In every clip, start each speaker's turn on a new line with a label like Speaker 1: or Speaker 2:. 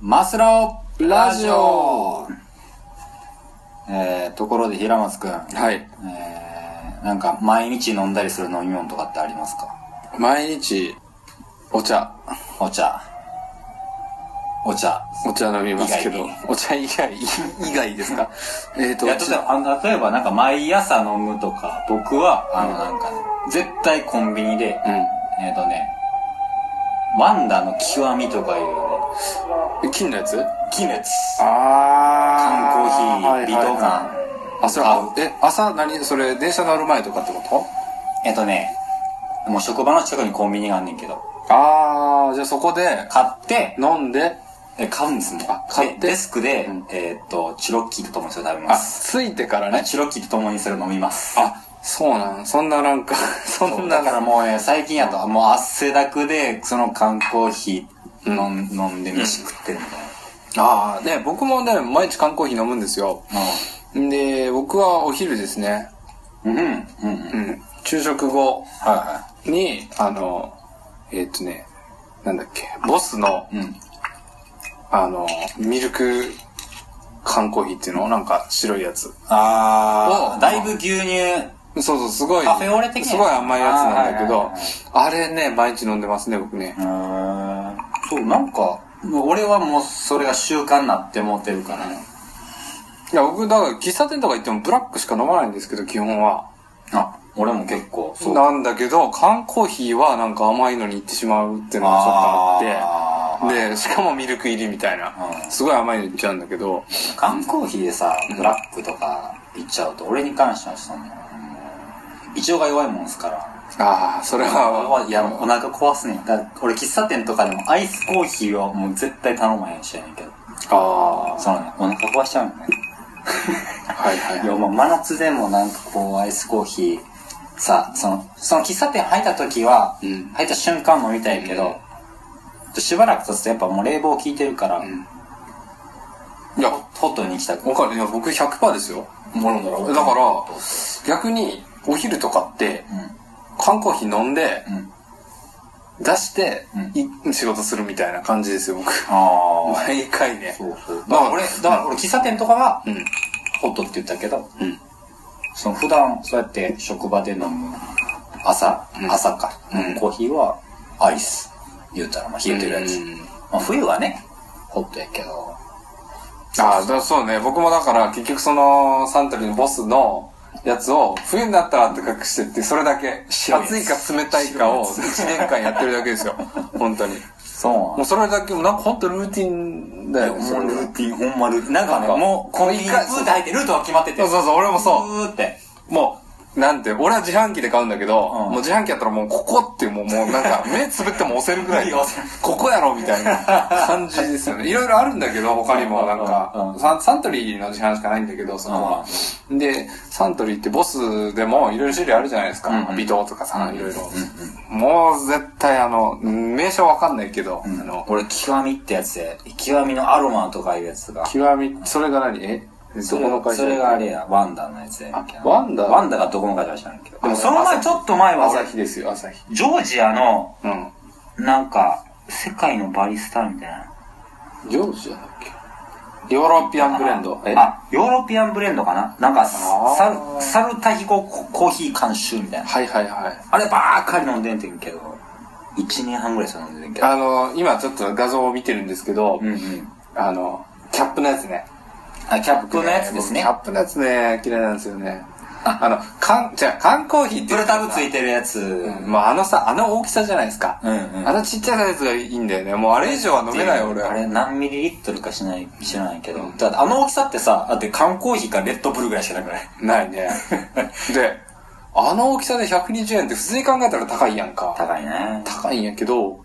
Speaker 1: マスロラジオえー、ところで平松くん、
Speaker 2: はい。
Speaker 1: えー、なんか毎日飲んだりする飲み物とかってありますか
Speaker 2: 毎日、お茶、
Speaker 1: お茶。お茶。
Speaker 2: お茶飲みますけ
Speaker 1: 以
Speaker 2: ど
Speaker 1: 外、
Speaker 2: お茶以外、 以外です かえっと、
Speaker 1: いや、例えば、あの例えばなんか毎朝飲むとか、僕は、あのなんかね、絶対コンビニで、えっ、ー、とね、ワンダの極みとかいうね、
Speaker 2: うん。金のやつ
Speaker 1: キネツ。缶コ
Speaker 2: あ
Speaker 1: ーヒー、ビト
Speaker 2: カ
Speaker 1: カ
Speaker 2: ン。
Speaker 1: ン。
Speaker 2: あ、それ
Speaker 1: 買う、
Speaker 2: え、朝、何それ、電車乗る前とかってこ
Speaker 1: えっ、とね、もう職場の近くにコンビニがあんねんけど、
Speaker 2: とあー、じゃあそこで、
Speaker 1: 買って、
Speaker 2: 飲んで、
Speaker 1: え買うんですね
Speaker 2: あ買って
Speaker 1: でデスクで、
Speaker 2: うん
Speaker 1: えーっとチロッキーと共にそれ食べま
Speaker 2: あ、
Speaker 1: す
Speaker 2: ついてから
Speaker 1: はい
Speaker 2: ね。
Speaker 1: チロッキーと共にそれ飲みます
Speaker 2: あ、そうなん。そんななんか、 そ
Speaker 1: そうん
Speaker 2: な
Speaker 1: だからもう、えー最近やともう汗だくでその缶コーヒー飲ん,、飲んで飯食ってるみたい
Speaker 2: あー、ね、僕もね、毎日缶コーヒー飲むんですよ。
Speaker 1: な
Speaker 2: うんで、僕はお昼ですね。
Speaker 1: うんうんうんうん
Speaker 2: うん。昼食後、
Speaker 1: はいは
Speaker 2: に、あの、えーっとね、なんだっけ、ボスの、
Speaker 1: いうん
Speaker 2: あの、ミルク缶コーヒーっていうのなんか白いやつ。
Speaker 1: あ
Speaker 2: お
Speaker 1: あだいぶ牛乳
Speaker 2: そうそう、すごい。
Speaker 1: カフェオレ的なやつ
Speaker 2: すごい甘いやつなんだけ
Speaker 1: あー
Speaker 2: ど
Speaker 1: はいはいはい、
Speaker 2: あれね、毎日飲んでますね、僕ね。
Speaker 1: うーんそうなんかもう俺はもうそれが習慣になって思ってるからね
Speaker 2: いや、僕、だから喫茶店とか行ってもブラックしか飲まないんですけど、基本は。
Speaker 1: あ俺も結構そう
Speaker 2: なんだけど、缶コーヒーはなんか甘いのに行ってしまうっていうのがちょっとあ
Speaker 1: あー
Speaker 2: って、で、しかもミルク入りみたいな
Speaker 1: う。ん
Speaker 2: すごい甘いのいっちゃうんだけど、
Speaker 1: 缶コーヒーでさブラックとかいっちゃうと俺に関してはその胃腸が弱いもんですから
Speaker 2: ああ、それは、
Speaker 1: いやお腹壊すねんだから俺喫茶店とかでもアイスコーヒーをもう絶対頼まへんしやねんけど
Speaker 2: あ
Speaker 1: そのねお腹壊しちゃうよね
Speaker 2: あ、はいはい
Speaker 1: い。やもう真夏でもなんかこうアイスコーヒーさそのその喫茶店入った時は、
Speaker 2: うん
Speaker 1: 入った瞬間も見たいけど、しばらく経つとやっぱもう冷房効いてるから、
Speaker 2: んいや、
Speaker 1: ホットに行きたく
Speaker 2: わかる。いや、僕100%ですよ。
Speaker 1: もろもろ
Speaker 2: だから、逆に、お昼とかって、缶コーヒー飲んで、
Speaker 1: うんうん
Speaker 2: 出して
Speaker 1: うん、
Speaker 2: い仕事するみたいな感じですよ、僕。
Speaker 1: ああ
Speaker 2: 毎回ね。
Speaker 1: そうそう。だか
Speaker 2: だからら
Speaker 1: 俺、だから俺、喫茶店とかは、
Speaker 2: うん。
Speaker 1: ホットって言ったけど、
Speaker 2: うん。
Speaker 1: その普段、そうやって職場で飲む、朝、
Speaker 2: うん
Speaker 1: 朝か、
Speaker 2: うん
Speaker 1: コーヒーは、アイス。言うたら、まあ、冷えてるやつ。
Speaker 2: うん
Speaker 1: まあ、冬はね、ホットやけど、
Speaker 2: ああ、だからそうね。僕もだから、結局その、サントリーのボスの、やつを、冬になったら暖かくしてって、それだけ、暑
Speaker 1: 白いやつ
Speaker 2: いか冷たいかを、1年間やってるだけですよ。本当に。
Speaker 1: そう
Speaker 2: もうそれだけ、もうなんか本当ルーティンだよね、それは
Speaker 1: ティン、ほんまルーティン。なんかね、
Speaker 2: なんか
Speaker 1: もう、この一回、
Speaker 2: 一回
Speaker 1: ーって入って、ルートは決まってて。
Speaker 2: そうそうそう、俺もそう。
Speaker 1: う。ーって。
Speaker 2: もう、なんて、俺は自販機で買うんだけ
Speaker 1: う
Speaker 2: ど、
Speaker 1: ん
Speaker 2: もう自販機やったらもうここってもう、もうなんか目つぶっても押せるぐら
Speaker 1: い
Speaker 2: い
Speaker 1: いよ押せる、
Speaker 2: ここやろみたいな感じですよね。いろいろあるんだけど、他にもなん
Speaker 1: うんう
Speaker 2: か
Speaker 1: ん、
Speaker 2: サンサントリーの自販しかないんだけど、そこは。で、サントリーってボスでもいろいろ種類あるじゃないです
Speaker 1: うん
Speaker 2: か。
Speaker 1: うん
Speaker 2: 微糖とかさ、いろいろ
Speaker 1: うん。
Speaker 2: もう絶対あの、名称わかんないけど、あ
Speaker 1: うん
Speaker 2: の、
Speaker 1: 俺、極みってやつで、極みのアロマとかいうやつが、
Speaker 2: 極み、それが何えど
Speaker 1: そ
Speaker 2: この
Speaker 1: れ
Speaker 2: 会社
Speaker 1: それがあれや、ワンダのやつやねんけど
Speaker 2: あワンダ
Speaker 1: ワンダがどこの会社か知らんけど。
Speaker 2: で
Speaker 1: でも
Speaker 2: も
Speaker 1: その前、
Speaker 2: 朝日
Speaker 1: ちょっと前は
Speaker 2: 朝
Speaker 1: 俺
Speaker 2: 日ですよ、朝日。
Speaker 1: ジョージアの、
Speaker 2: うん。
Speaker 1: なんか、世界のバリスタみたいな。
Speaker 2: ジョージアだっけヨーロピアンブレンド。えは
Speaker 1: あ、ヨーロピアンブレンドかななんか、
Speaker 2: あー
Speaker 1: サル、サルタヒココーヒー監修みたいな。
Speaker 2: いはいはい。
Speaker 1: あればっかり飲んでんてんけど、1年半ぐらいそれ飲んでんけど。
Speaker 2: あの、今ちょっと画像を見てるんですけど、
Speaker 1: うんうん。
Speaker 2: あの、キャップのやつね。
Speaker 1: あ、キャップのやつですね
Speaker 2: キャ。ップのやつね、嫌いなんですよね。あの、缶、じゃあ缶コーヒーって
Speaker 1: プ
Speaker 2: いう
Speaker 1: ル
Speaker 2: の
Speaker 1: タ
Speaker 2: さ。
Speaker 1: ブついてるやつ。
Speaker 2: うんまああのさ、あの大きさじゃないですか。
Speaker 1: うんうん
Speaker 2: あのちっちゃなやつがいいんだよね。もうあれ以上は飲めない俺。
Speaker 1: あれ何ミリリットルかしない、知らないけど。だってあの大きさってさ、だって缶コーヒーかレッドブルぐらいしかなくない。
Speaker 2: ないね。で、あの大きさで120円って普通に考えたら高いやんか。
Speaker 1: 高いね。
Speaker 2: 高いんやけど、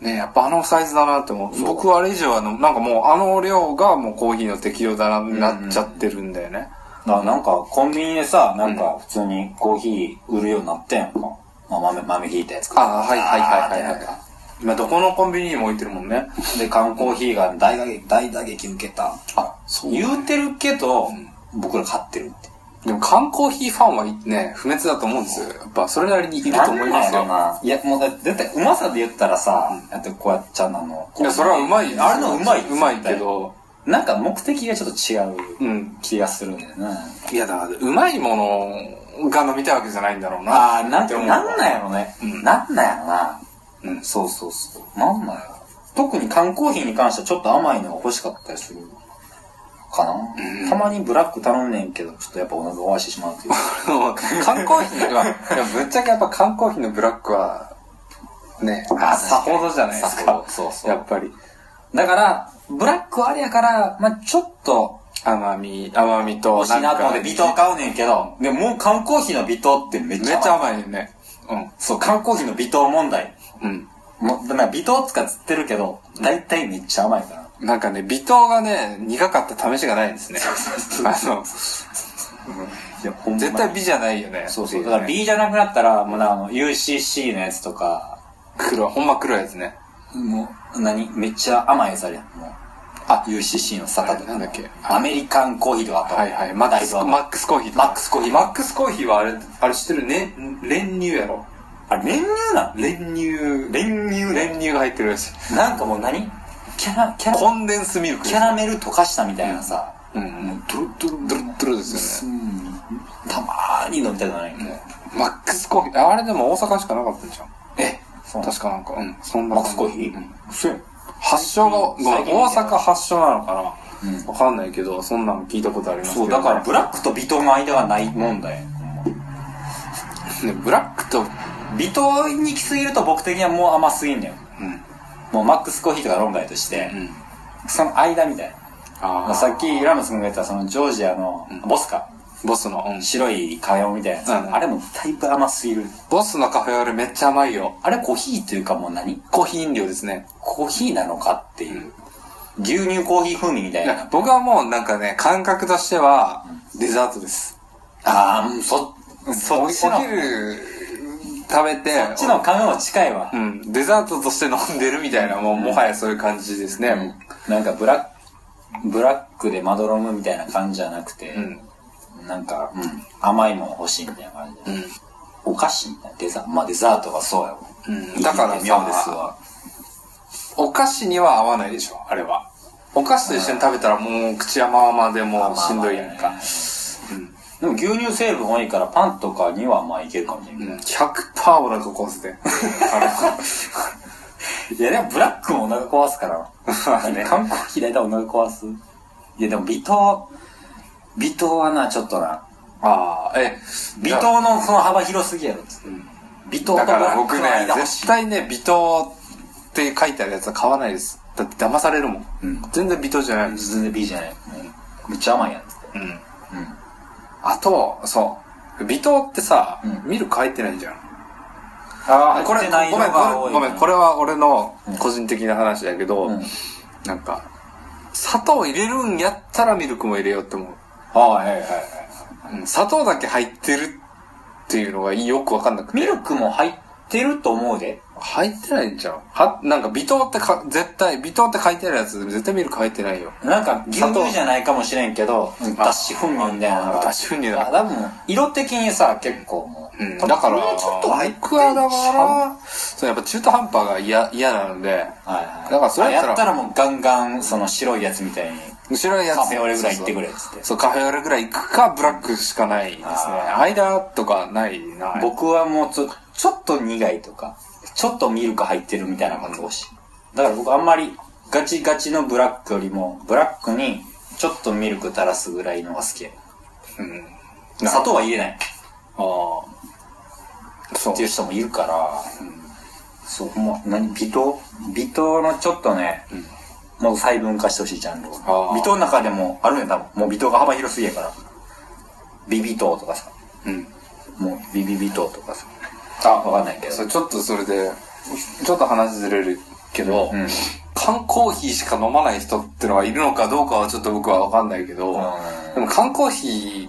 Speaker 2: ねやっぱあのサイズだなって思う。僕はあれ以上はあの、なんかもうあの量がもうコーヒーの適量だな、なっちゃってるんだよね。
Speaker 1: あなんかコンビニでさなんか普通にコーヒー売るようになってんやんか、まあ、豆豆ひいたやつか
Speaker 2: ああ、はいはいはいは
Speaker 1: あ
Speaker 2: い、
Speaker 1: ーってなん
Speaker 2: は
Speaker 1: か
Speaker 2: い。今どこのコンビニにも置いてるもんね。
Speaker 1: で缶コーヒーが大打撃大打撃受けた
Speaker 2: あ、そ
Speaker 1: 言うてるけど、僕ら買ってるって
Speaker 2: でも缶コーヒーファンはね、不滅だと思うんですよ。やっぱそれなりにいると思いますよ。
Speaker 1: いや、もうだって絶対うまさで言ったらさ
Speaker 2: うん、
Speaker 1: だってこうやっちゃなの。
Speaker 2: いや、それはうまいですよ
Speaker 1: あれのうまい。
Speaker 2: うまいけ。ど。
Speaker 1: なんか目的がちょっと違う
Speaker 2: うん。
Speaker 1: 気がするんだよな。
Speaker 2: いや、だから、うまいものが飲みたいわけじゃないんだろうな。
Speaker 1: ああ、なんて、
Speaker 2: でも
Speaker 1: なんなんやろね。
Speaker 2: うん
Speaker 1: なんなんやろな。
Speaker 2: うん。
Speaker 1: そうそうそう。なんなんやろ。特に缶コーヒーに関してはちょっと甘いのが欲しかったりするかな。
Speaker 2: うん
Speaker 1: たまにブラック頼んねんけど、ちょっとやっぱお腹壊してしまうというか。
Speaker 2: 缶コーヒーは、いやぶっちゃけやっぱ缶コーヒーのブラックは、ね、
Speaker 1: あ
Speaker 2: さほどじゃないですか。
Speaker 1: そうそう
Speaker 2: やっぱり。
Speaker 1: だから、ブラックはあれやから、まあちょっと、
Speaker 2: 甘み、甘みと、
Speaker 1: 欲しいなと思って
Speaker 2: んか
Speaker 1: 微糖買うねんけど、でももう缶コーヒーの微糖ってめっ
Speaker 2: めっ
Speaker 1: ちゃ
Speaker 2: ちゃ
Speaker 1: 甘い。
Speaker 2: 甘いよね。
Speaker 1: そう、缶コーヒーの微糖問題。
Speaker 2: うん。
Speaker 1: もう、だから微糖つかつってるけど、大体めっちゃ甘いから。
Speaker 2: うん。なんかね、微糖がね、苦かった試しがないですね。あの、
Speaker 1: いや、ほんまに
Speaker 2: 絶対美じゃないよね。
Speaker 1: そうそう。
Speaker 2: って
Speaker 1: だ
Speaker 2: い
Speaker 1: か
Speaker 2: ね
Speaker 1: ら B じゃなくなったら、もうな、あの、UCC のやつとか、
Speaker 2: 黒い、ほんま黒いやつね。
Speaker 1: もう、何めっちゃ甘いやつあるやん、もう。あ、UCC のサタと
Speaker 2: あれなんだっけ
Speaker 1: アメリカンコーヒーとかあと。
Speaker 2: はいはい。マックス、
Speaker 1: ダイソー
Speaker 2: マックスコーヒーと
Speaker 1: マ
Speaker 2: か
Speaker 1: ックスコーヒー
Speaker 2: マックスコーヒーはあれ、あれ知ってるね、練乳やろ。
Speaker 1: あ、練乳なん
Speaker 2: 練乳。
Speaker 1: 練乳
Speaker 2: 練乳が入ってるらしい。
Speaker 1: なんかもう何キャラ、キャラ、
Speaker 2: コンデンスミルク。
Speaker 1: キャラメル溶かしたみたいなさ。
Speaker 2: うん
Speaker 1: もうドロッドロ
Speaker 2: ドロッドロですよね。
Speaker 1: うんたまーに飲みたくないね。
Speaker 2: マックスコーヒー。あれでも大阪しかなかったんじゃん。
Speaker 1: え、そう
Speaker 2: 確かなんか。うん。そんな
Speaker 1: マックス
Speaker 2: 感じ。
Speaker 1: コーヒー
Speaker 2: うん
Speaker 1: そうやん
Speaker 2: 発祥が、ごめん
Speaker 1: 最近
Speaker 2: 大阪発祥なのかな、
Speaker 1: うん
Speaker 2: わかんないけど、そんなの聞いたことありますけ
Speaker 1: そ
Speaker 2: ど、
Speaker 1: う、だからブラックと微糖の間はない問題。
Speaker 2: ね、ブラックと、
Speaker 1: 微糖に行き過ぎると僕的にはもう甘すぎんねん。
Speaker 2: うん。
Speaker 1: もうマックスコーヒーとか論外として、
Speaker 2: うん。
Speaker 1: その間みたい
Speaker 2: あ
Speaker 1: な。
Speaker 2: あ。
Speaker 1: さっきラムス君が言ったそのジョージアの
Speaker 2: うん
Speaker 1: ボスか、
Speaker 2: ボスの、うん。
Speaker 1: 白いカフェオレみたいなやつ、
Speaker 2: うん
Speaker 1: あれもだいぶ甘すぎる。
Speaker 2: ボスのカフェオレめっちゃ甘いよ。
Speaker 1: あれコーヒーというかもう何
Speaker 2: コーヒー飲料ですね。
Speaker 1: コーヒーなのかっていう。牛乳コーヒー風味みたい
Speaker 2: い
Speaker 1: な。
Speaker 2: や、僕はもうなんかね、感覚としては、デザートです。
Speaker 1: ああ、うんそ、そ
Speaker 2: お
Speaker 1: っちの
Speaker 2: お、昼食べて、
Speaker 1: そっちの感も近いわ。
Speaker 2: うん、デザートとして飲んでるみたいな、もう、もはやそういう感じですね。も
Speaker 1: なんかブラック、ブラックでまどろむみたいな感じじゃなくて、
Speaker 2: ううん。
Speaker 1: なんか、うん、甘いもん欲しいみたいな感じで。
Speaker 2: うん。
Speaker 1: お菓子みたいな。デザート。まあデザートがそうやわ。
Speaker 2: うんだからさ
Speaker 1: 妙ですわ。
Speaker 2: お菓子には合わないでしょ、あれは。お菓子と一緒に食べたらもう口山までもうしんどいやんか。うん。
Speaker 1: でも牛乳成分多いからパンとかにはまあいけるかもしれ
Speaker 2: う
Speaker 1: ない。
Speaker 2: ん。100%お腹壊すで。
Speaker 1: いやでもブラックもお腹壊す から。
Speaker 2: ね
Speaker 1: 韓国嫌いだお腹壊す。いやでも微糖、微糖はな、ちょっとな。
Speaker 2: ああ、え、
Speaker 1: 微糖のその幅広すぎやろっつって
Speaker 2: うん
Speaker 1: 微糖と
Speaker 2: だ
Speaker 1: ブラ
Speaker 2: から
Speaker 1: ック
Speaker 2: 僕
Speaker 1: の
Speaker 2: ね
Speaker 1: 間、欲しい
Speaker 2: 絶。対ね、微糖って書いてあるやつは買わないです。だって騙されるもん。
Speaker 1: うん
Speaker 2: 全然微糖じゃないです。
Speaker 1: 全然 B じゃない。めっちゃ甘いやんっつって。
Speaker 2: うん。
Speaker 1: うん。
Speaker 2: あと、そう。微糖ってさ、
Speaker 1: うん
Speaker 2: ミルク入ってないじゃん。
Speaker 1: あ
Speaker 2: これ、ごめん、ごめん、ごめん、これは俺の個人的な話だけど、
Speaker 1: うん
Speaker 2: なんか、砂糖入れるんやったらミルクも入れようって思う。
Speaker 1: あはいはいはい。
Speaker 2: うん、砂糖だけ入ってるっていうのがよくわかんなくて。
Speaker 1: ミルクも入ってると思うで。
Speaker 2: 入ってないんじゃん。は、なんか微糖ってか、絶対、微糖って書いてあるやつ、絶対ミルク入ってないよ。
Speaker 1: なんか、牛乳じゃないかもしれんけど、脱脂粉乳みたいなのが。
Speaker 2: 脱脂粉乳だ
Speaker 1: あ、多分、色的にさ、結構もう。
Speaker 2: うん、だから、
Speaker 1: ちょっと入ってん
Speaker 2: 僕はだ
Speaker 1: は
Speaker 2: から、そう、やっぱ中途半端が嫌、嫌なので、
Speaker 1: いはい。
Speaker 2: だからそれやっ
Speaker 1: あ
Speaker 2: たら
Speaker 1: やったらもうガンガン、その白いやつみたいに、
Speaker 2: 後ろのやつ。
Speaker 1: カフェオレぐらい行ってくれっつって。
Speaker 2: そう、カフェオレぐらい行くか、ブラックしかないですね。
Speaker 1: あ
Speaker 2: 間とかないな。
Speaker 1: 僕はもうちょ、ちょっと苦いとか、ちょっとミルク入ってるみたいな感じが欲しい。だから僕あんまり、ガチガチのブラックよりも、ブラックに、ちょっとミルク垂らすぐらいのが好きや。
Speaker 2: うん。
Speaker 1: 砂糖は入れない。
Speaker 2: ああ。そう
Speaker 1: ってい。う人もいるから、そう、もう、何、微糖微糖のちょっとね、
Speaker 2: ん
Speaker 1: もう細分化してほしいジャンルを
Speaker 2: あー
Speaker 1: 微糖の中でもあるねん、多分。もう微糖が幅広すぎやから。ビビ糖とかさ、
Speaker 2: うん。
Speaker 1: もうビビビ糖とかさ、
Speaker 2: あ、
Speaker 1: わかんないけど。
Speaker 2: そうちょっとそれで、ちょっと話ずれるけど、
Speaker 1: うん。
Speaker 2: 缶コーヒーしか飲まない人ってのがいるのかどうかはちょっと僕はわかんないけど、
Speaker 1: ん
Speaker 2: でも缶コーヒ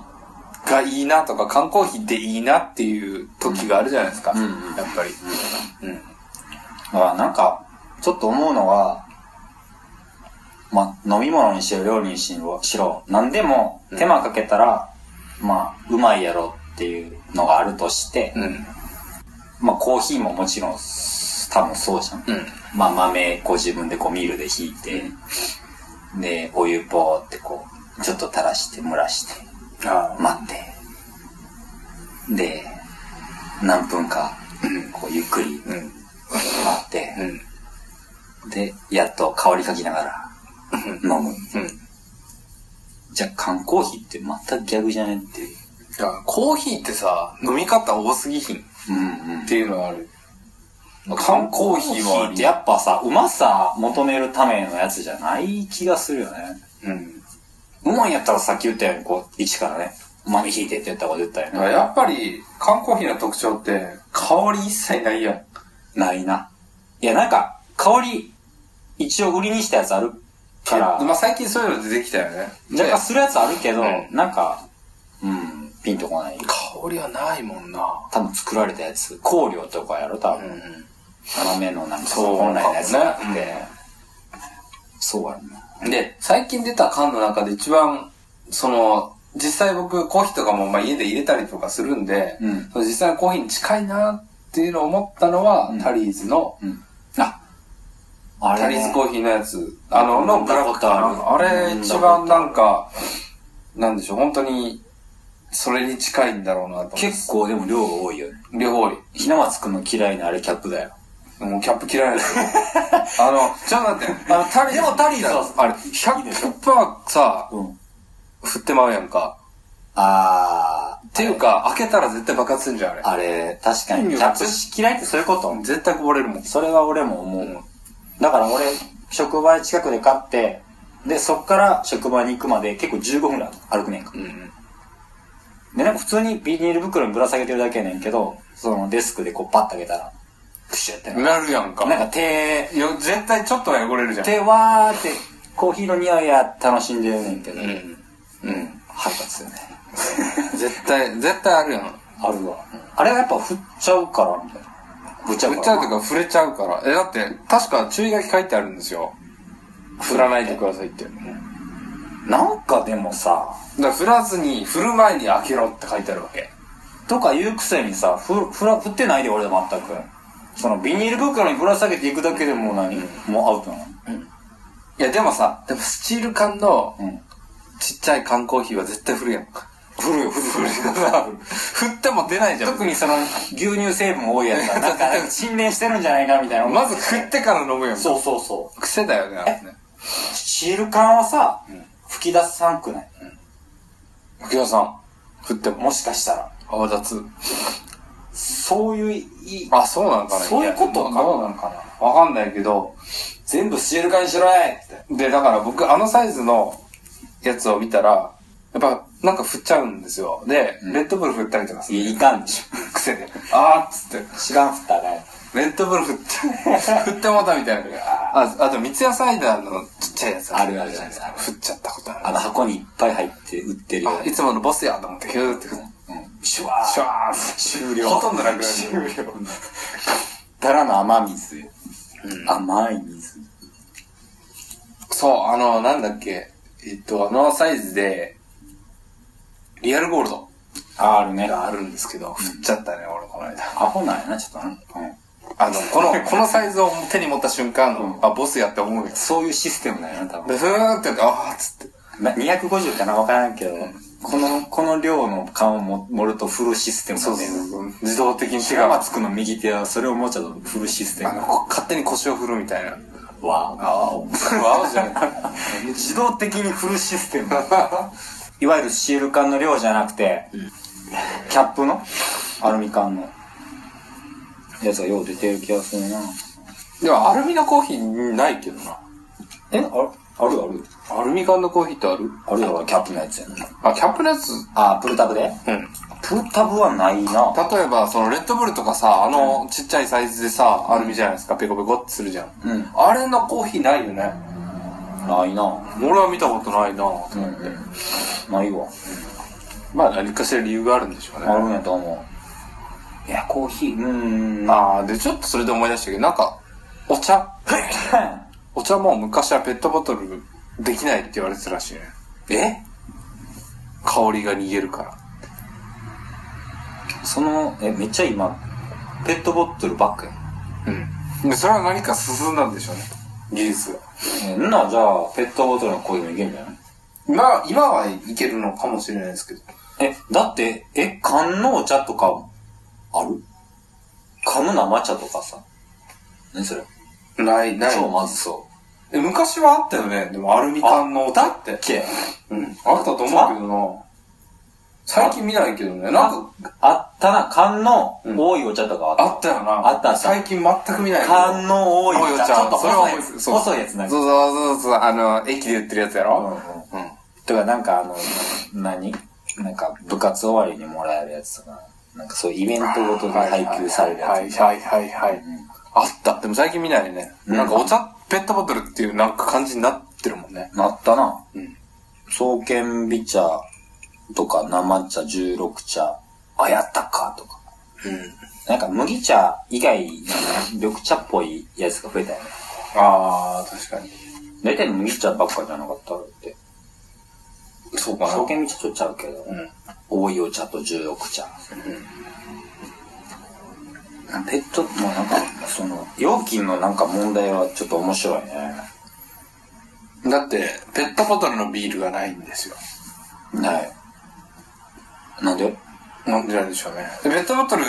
Speaker 2: ーがいいなとか、缶コーヒーでいいなっていう時があるじゃないですか、
Speaker 1: うんうん
Speaker 2: やっぱり。うん。
Speaker 1: あなんか、ちょっと思うのは、まあ、飲み物にしろ、料理にしろ、しろ何でも手間かけたら、まうまいやろっていうのがあるとして、
Speaker 2: うん。
Speaker 1: まあコーヒーももちろん多分そうじゃん。
Speaker 2: うん。
Speaker 1: まあ豆こう自分でこうミールでひいて、で、お湯ぼーってこう、ちょっと垂らして蒸らして、
Speaker 2: あ
Speaker 1: 待って、で、何分か、こうゆっくり
Speaker 2: あ。うん。
Speaker 1: 待って、
Speaker 2: うん。
Speaker 1: で、やっと香りかきながら飲む。
Speaker 2: うん。
Speaker 1: じゃあ缶コーヒーってまた逆じゃねっていう。
Speaker 2: だからコーヒーってさ、飲み方多すぎひんっ
Speaker 1: うんうん。
Speaker 2: ていうのがある。
Speaker 1: 缶コーヒーはってやっぱさ、うまさ求めるためのやつじゃない気がするよね。
Speaker 2: うん。
Speaker 1: うまいんやったらさっき言ったように、こう、一からね、豆引いてってやった方が絶対
Speaker 2: だから
Speaker 1: ね。
Speaker 2: やっぱり、缶コーヒーの特徴って、香り一切ないやん。
Speaker 1: ないな。いや、なんか、香り、一応売りにしたやつあるか
Speaker 2: から
Speaker 1: ら、
Speaker 2: まあ、最近そういうの出てきたよね。
Speaker 1: 若干するやつあるけど、
Speaker 2: うん
Speaker 1: なんか、うん、ピンとこない。
Speaker 2: 香りはないもんな。
Speaker 1: 多分作られたやつ、香料とかやろ、多分。
Speaker 2: ん。
Speaker 1: 斜めのなんかそ
Speaker 2: そ
Speaker 1: の
Speaker 2: う
Speaker 1: 本来のやつじゃなくて、
Speaker 2: ね
Speaker 1: そうやろな。
Speaker 2: で、最近出た缶の中で一番、その、実際僕コーヒーとかもまあ家で入れたりとかするんで、
Speaker 1: うん
Speaker 2: その実際のコーヒーに近いなっていうのを思ったのは、
Speaker 1: うん
Speaker 2: タリーズの、
Speaker 1: うん。あ、あれ、ね、
Speaker 2: タリーズコーヒーのやつ、あの、のブラッ
Speaker 1: 飲ん
Speaker 2: クか
Speaker 1: だ
Speaker 2: な
Speaker 1: ことあ
Speaker 2: あ
Speaker 1: る
Speaker 2: れ一番なんか、なんでしょう、本当に、それに近いんだろうなと思
Speaker 1: 結構でも量が多いよね。
Speaker 2: う。両方に。
Speaker 1: ひなまつくんの嫌いなあれキャップだよ。
Speaker 2: もうキャップ 嫌いですよ。あの、ちょっと待って、あの、タリーズ。
Speaker 1: でもタリーズは
Speaker 2: あれ、100%さ、
Speaker 1: うん。
Speaker 2: 振ってまうやんか。
Speaker 1: あー。
Speaker 2: っていうか、開けたら絶対爆発するんじゃん、あれ。
Speaker 1: あれ、確か
Speaker 2: 意
Speaker 1: に。キ
Speaker 2: 味わ
Speaker 1: ャッ
Speaker 2: かんない
Speaker 1: プ嫌いってそういうこと、
Speaker 2: 絶対こぼれるもん。
Speaker 1: それは俺も思う。
Speaker 2: うん
Speaker 1: だから俺、職場近くで買って、で、そっから職場に行くまで結構15分ぐらい歩くねんか。
Speaker 2: うん。
Speaker 1: で、なんか普通にビニール袋にぶら下げてるだけやねんけど、そのデスクでこうパッと開けたら、プシュってなる
Speaker 2: なるやんか。
Speaker 1: なんか手、
Speaker 2: いや、絶対ちょっとは汚れるじゃん。
Speaker 1: 手わーってコーヒーの匂いや楽しんでるねんけど、
Speaker 2: うん。うん。
Speaker 1: 腹立つよね。
Speaker 2: 絶対、絶対あるやん。
Speaker 1: あるわ。あれはやっぱ振っちゃうから、みたいな。振っちゃう
Speaker 2: 振
Speaker 1: か
Speaker 2: っ
Speaker 1: ら。
Speaker 2: ちゃうとか触れちゃうから。え、だって、確か注意書き書いてあるんですよ。振らないでくださいって。だ
Speaker 1: なんかでもさ、
Speaker 2: から振らずに、振る前に開けろって書いてあるわけ。
Speaker 1: とか言うくせにさ、ふ、ふら、振ってないで俺は全く。そのビニール袋にぶら下げていくだけでもう何、もうアウトなの。
Speaker 2: いや、でもさ、でもスチール缶の
Speaker 1: うん。
Speaker 2: ちっちゃい缶コーヒーは絶対振るやん。
Speaker 1: 振るよ、振る振る。
Speaker 2: 振っても出ないじゃん。
Speaker 1: 特にその牛乳成分多いやつは、 なんか沈殿してるんじゃないかみたいな。
Speaker 2: まず振ってから飲むやん。
Speaker 1: そうそうそ
Speaker 2: 癖だよね、あれね。
Speaker 1: う。シール缶はさ、
Speaker 2: ん
Speaker 1: 吹き出さんくない
Speaker 2: 秋葉さん、振っても。
Speaker 1: もしかしたら。
Speaker 2: 泡立つ。
Speaker 1: そういういい、
Speaker 2: あ、そうなんかな
Speaker 1: そういうことかな
Speaker 2: どうなんかなわかんないけど、
Speaker 1: 全部シール缶にしろいって。
Speaker 2: で、だから僕、あのサイズのやつを見たら、やっぱ、なんか振っちゃうんですよ。で、
Speaker 1: ん
Speaker 2: レッドブル振ったりとかする。
Speaker 1: いやいかんでし
Speaker 2: 癖で。あーっつって、
Speaker 1: ょ。知らん振ったらあかんや
Speaker 2: レッドブル 振って、振ってもうたみたいな。あ、あと、三ツ矢サイダーのちっちゃいやつ
Speaker 1: あるあるあるある
Speaker 2: 振っちゃったこと
Speaker 1: あ
Speaker 2: ある。
Speaker 1: の箱にいっぱい入って売ってるよ
Speaker 2: あ、いつものボスやと思って、ヒューって振って。
Speaker 1: うん。シュワー。
Speaker 2: シュワーッ
Speaker 1: 終了
Speaker 2: ほとんどなくなる
Speaker 1: 終了。たらの雨水よ。甘い水。
Speaker 2: そう、あの、なんだっけ。えっと、あのサイズで、リアルゴールド
Speaker 1: あるね。
Speaker 2: があるんですけど、振っちゃったね、俺、この間。
Speaker 1: アホなんやな、ちょっとな。うん。
Speaker 2: あの、この、このサイズを手に持った瞬間、
Speaker 1: うん
Speaker 2: あ、ボスやって思うよ。
Speaker 1: そういうシステムだよな、多分。
Speaker 2: で、ふーってやって、あーっつって。
Speaker 1: な250かなわからんけど、この、この量の缶をも盛るとフルシステムだね。
Speaker 2: 自動的に手
Speaker 1: 白
Speaker 2: が、
Speaker 1: 松くんの右手はそれを持っちゃうとフルシステ
Speaker 2: あ
Speaker 1: ム
Speaker 2: の。こ勝手に腰を振るみたいな。
Speaker 1: わあ
Speaker 2: あー、わーじゃない。
Speaker 1: 自動的にフルシステム。いわゆるシール缶の量じゃなくて、キャップのアルミ缶のやつがよう出てる気がするな。
Speaker 2: でも、アルミのコーヒーないけどな。
Speaker 1: えあるあるある
Speaker 2: アルミ缶のコーヒーってある
Speaker 1: あるやろ、キャップのやつやな。
Speaker 2: あ、キャップのやつ、うん。
Speaker 1: あ、プルタブでプルタブはないな。
Speaker 2: 例えば、そのレッドブルとかさ、あのちっちゃいサイズでさ、アルミじゃないですか、ペコペコってするじゃん。
Speaker 1: うん
Speaker 2: あれのコーヒーないよね。
Speaker 1: ないな。
Speaker 2: 俺は見たことないな
Speaker 1: う
Speaker 2: ぁ。
Speaker 1: んうん。ないわ。
Speaker 2: まあ何かしら理由があるんでしょうね。
Speaker 1: あるんやと思う。いや、コーヒー、うーん、まあ。
Speaker 2: ああ、で、ちょっとそれで思い出したけど、なんか、お茶お茶も昔はペットボトル できないって言われてたらしい
Speaker 1: え
Speaker 2: ね。香りが逃げるから。
Speaker 1: その、え、めっちゃ今、ペットボトルばっかや。
Speaker 2: うん。でそれは何か進んだんでしょうね。技術が。
Speaker 1: えんな、じゃあ、ペットボトルのコーヒーもいけんじゃない
Speaker 3: 今、今はいけるのかもしれないですけど。
Speaker 1: え、だって、え、缶のお茶とか、ある缶の生茶とかさ。何それ
Speaker 3: ない、ない。
Speaker 1: 超まずそ
Speaker 2: え、昔はあったよね。でもアルミ缶のお
Speaker 1: う。だ
Speaker 2: 茶
Speaker 1: っ
Speaker 2: ってて。
Speaker 1: け
Speaker 3: うん。あったと思うけどな。最近見ないけどね。なんか、
Speaker 1: あったな、缶の多いお茶とかは
Speaker 2: あったよな。
Speaker 1: あったあった
Speaker 2: 最近全く見ないけど。
Speaker 1: 缶の多いお茶。ちょっと
Speaker 2: それは
Speaker 1: 細いやつ。
Speaker 2: そう
Speaker 1: 細いやつな
Speaker 2: そ
Speaker 1: ん
Speaker 2: う
Speaker 1: か。
Speaker 2: そうそうそう、あの、駅で売ってるやつや
Speaker 1: うんうん
Speaker 2: ろ。うん。
Speaker 1: とか、なんかあの、何なんか部活終わりにもらえるやつとか、なんかそういうイベントごとで配給される
Speaker 2: は
Speaker 1: や
Speaker 2: い
Speaker 1: つ。
Speaker 2: はいはいはいはい。
Speaker 1: うん
Speaker 2: あった。でも最近見ないね。
Speaker 1: うん
Speaker 2: なんかお茶、ペットボトルっていうなんか感じになってるもんね。
Speaker 1: なったな。
Speaker 2: うん。
Speaker 1: 創建美茶とか生茶、十六茶、あやったかとか。
Speaker 2: うん。
Speaker 1: なんか麦茶以外、緑茶っぽいやつが増えたよね。
Speaker 3: ああ、確かに。
Speaker 1: 大体麦茶ばっかじゃなかったって。
Speaker 3: そうかな。
Speaker 1: 創建美茶とちゃうけど、
Speaker 3: うん。
Speaker 1: 多いお茶と十六茶。ペット、もうなんか、その、料金のなんか問題はちょっと面白いね。
Speaker 2: だって、ペットボトルのビールがないんですよ。
Speaker 1: はい。なんで
Speaker 2: なんでなんでしょうね。でペットボトル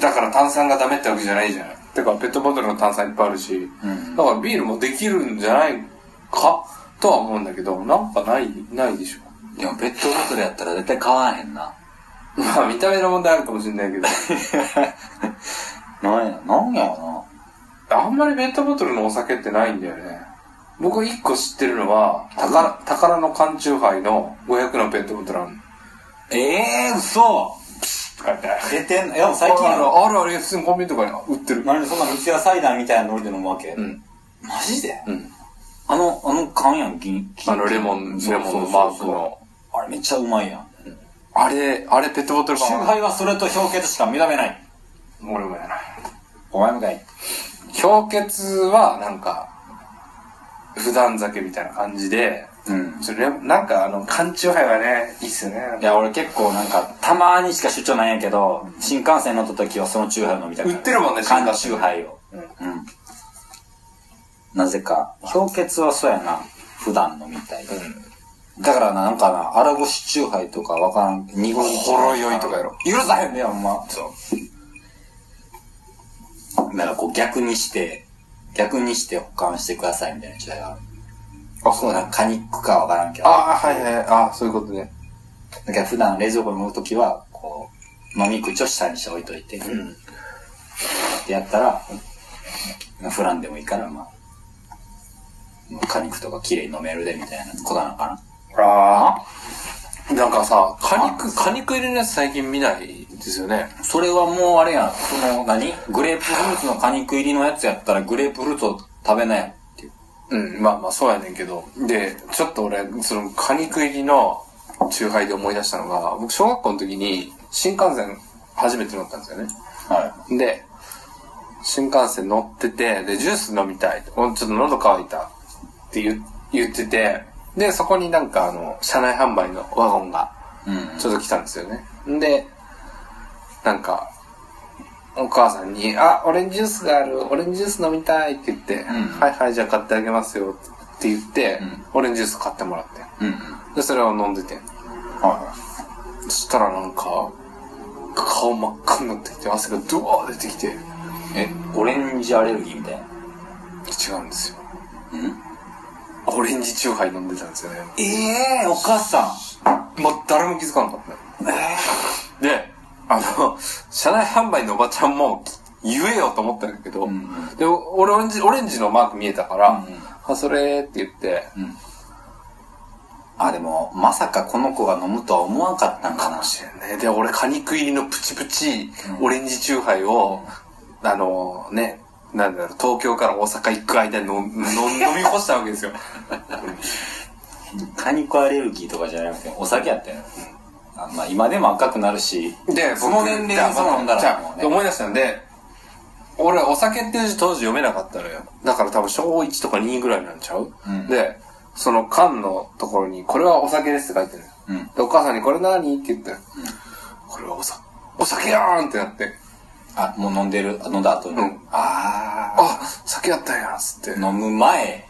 Speaker 2: だから炭酸がダメってわけじゃないじゃない。てか、ペットボトルの炭酸いっぱいあるし、
Speaker 1: うん
Speaker 2: だからビールもできるんじゃないかとは思うんだけど、なんかない、ないでしょ。
Speaker 1: でもペットボトルやったら絶対買わへんな。
Speaker 2: まあ、見た目の問題あるかもしれないけど、
Speaker 1: なんや、なんやろ
Speaker 2: あんまりペットボトルのお酒ってないんだよね。僕一個知ってるのは、宝、宝の缶チューハイの500のペットボトルあるの。
Speaker 1: な。ええー、嘘
Speaker 2: 書いてある。
Speaker 1: 出てんのいや、もう最近や
Speaker 2: ある
Speaker 1: ろ。
Speaker 2: あるある、普通にコンビニとかに売ってる。
Speaker 1: なんでそんな三ツ矢サイダーみたいなノリで飲むわけ、
Speaker 2: うん。
Speaker 1: マジで
Speaker 2: うん。
Speaker 1: あの、あの缶やん、銀、銀
Speaker 2: あの、レモン、
Speaker 1: そう
Speaker 2: レ
Speaker 1: そう
Speaker 2: モ
Speaker 1: そ
Speaker 2: ン
Speaker 1: う
Speaker 2: のマークの。
Speaker 1: あれめっちゃうまいやん。
Speaker 2: あれ、あれペットボトル
Speaker 1: 集
Speaker 2: 缶
Speaker 1: 配はそれと表決しか認めない。
Speaker 2: 俺もやな。
Speaker 1: お前もかい。
Speaker 2: 氷結は、なんか、普段酒みたいな感じで、
Speaker 1: うん。
Speaker 2: それ、なんかあの、缶中杯はね、いいっすよね。
Speaker 1: いや、俺結構なんか、たまにしか出張ないんやけど、新幹線乗った時はそのチューハイを飲みたくな
Speaker 2: 売ってるもんね
Speaker 1: 缶のチ
Speaker 2: 新
Speaker 1: ュー
Speaker 2: 幹線
Speaker 1: ハイを。うん。なぜか、氷結はそうやな。普段飲みたい。だからな、なんかな、荒ごしチューハイとかわからん、濁り
Speaker 2: ほろ酔いとかやろ。
Speaker 1: 許さへんねや、ほんま。そう。だからこう逆にして、逆にして保管してくださいみたいな時代がある。あ、そうなんかカニックかわからんけど。
Speaker 2: ああ、はいはい、ああ、そういうことね。
Speaker 1: だから普段冷蔵庫に置くときは、こう、飲み口を下にして置いといて、ってやったら、フランでもいいから、まあ、もう果肉とか綺麗に飲めるで、みたいなことなのか
Speaker 2: ああ。なんかさ、果肉、果肉入れるやつ最近見ないですよね。
Speaker 1: な。それはもうあれやん、その何、グレープフルーツの果肉入りのやつやったら、グレープフルーツを食べなよっていう。
Speaker 2: うん、まあまあ、そうやねんけど。で、ちょっと俺、その、果肉入りの中杯で思い出したのが、僕、小学校の時に、新幹線初めて乗ったんですよね。
Speaker 1: は
Speaker 2: で、新幹線乗ってて、で、ジュース飲みたい。おちょっと喉乾いた。って言言ってて、で、そこになんかあの、車内販売のワゴンが、
Speaker 1: い。うん。
Speaker 2: ちょっと来たんですよね。んで、なんか、お母さんに、あ、オレンジジュースがある、オレンジジュース飲みたいって言って、
Speaker 1: ん
Speaker 2: はいはい、じゃあ買ってあげますよって言って、
Speaker 1: ん
Speaker 2: オレンジジュース買ってもらって。
Speaker 1: うんうん。
Speaker 2: で、それを飲んでて。
Speaker 1: は
Speaker 2: そしたらなんか、顔真っ赤になってきて、汗がドワー出てきて、
Speaker 1: い。え、オレンジアレルギーみたいな。
Speaker 2: 違うんですよ。オレンジチューハイ飲んでたんですよね。
Speaker 1: ええお母さ
Speaker 2: まあ、誰も気づかなかった。で、あの、車内販売のおばちゃんも言えよと思ったんだけど、
Speaker 1: ん
Speaker 2: で、俺オレンジ、オレンジのマーク見えたから、
Speaker 1: うん
Speaker 2: あ、それって言って、
Speaker 1: うん。あ、でも、まさかこの子が飲むとは思わんかったんかな。
Speaker 2: ね、で、俺果肉入りのプチプチオレンジチューハイを、あのね、なんだろう、東京から大阪行く間に飲飲飲み干したわ けですよ。
Speaker 1: 果肉アレルギーとかじゃなくて、お酒やったよ。あまあ、今でも赤くなるし、
Speaker 2: で、
Speaker 1: その年齢にそう飲んだ
Speaker 2: じ
Speaker 1: ら
Speaker 2: ゃ
Speaker 1: も
Speaker 2: あ
Speaker 1: う
Speaker 2: で
Speaker 1: ね。
Speaker 2: 思い出したんで、俺、お酒っていう字当時読めなかったのよ。だから多分小1とか2ぐらいなんちゃう、
Speaker 1: うん
Speaker 2: で、その缶のところに、これはお酒ですって書いてるのよ
Speaker 1: うん
Speaker 2: で、お母さんにこれ何って言って、これはお酒。おお酒やーんってなって、
Speaker 1: あ、もう飲んでる、飲んだ後に。
Speaker 2: うん
Speaker 1: あ
Speaker 2: あ、酒やったんや、つって
Speaker 1: あ、。飲む前。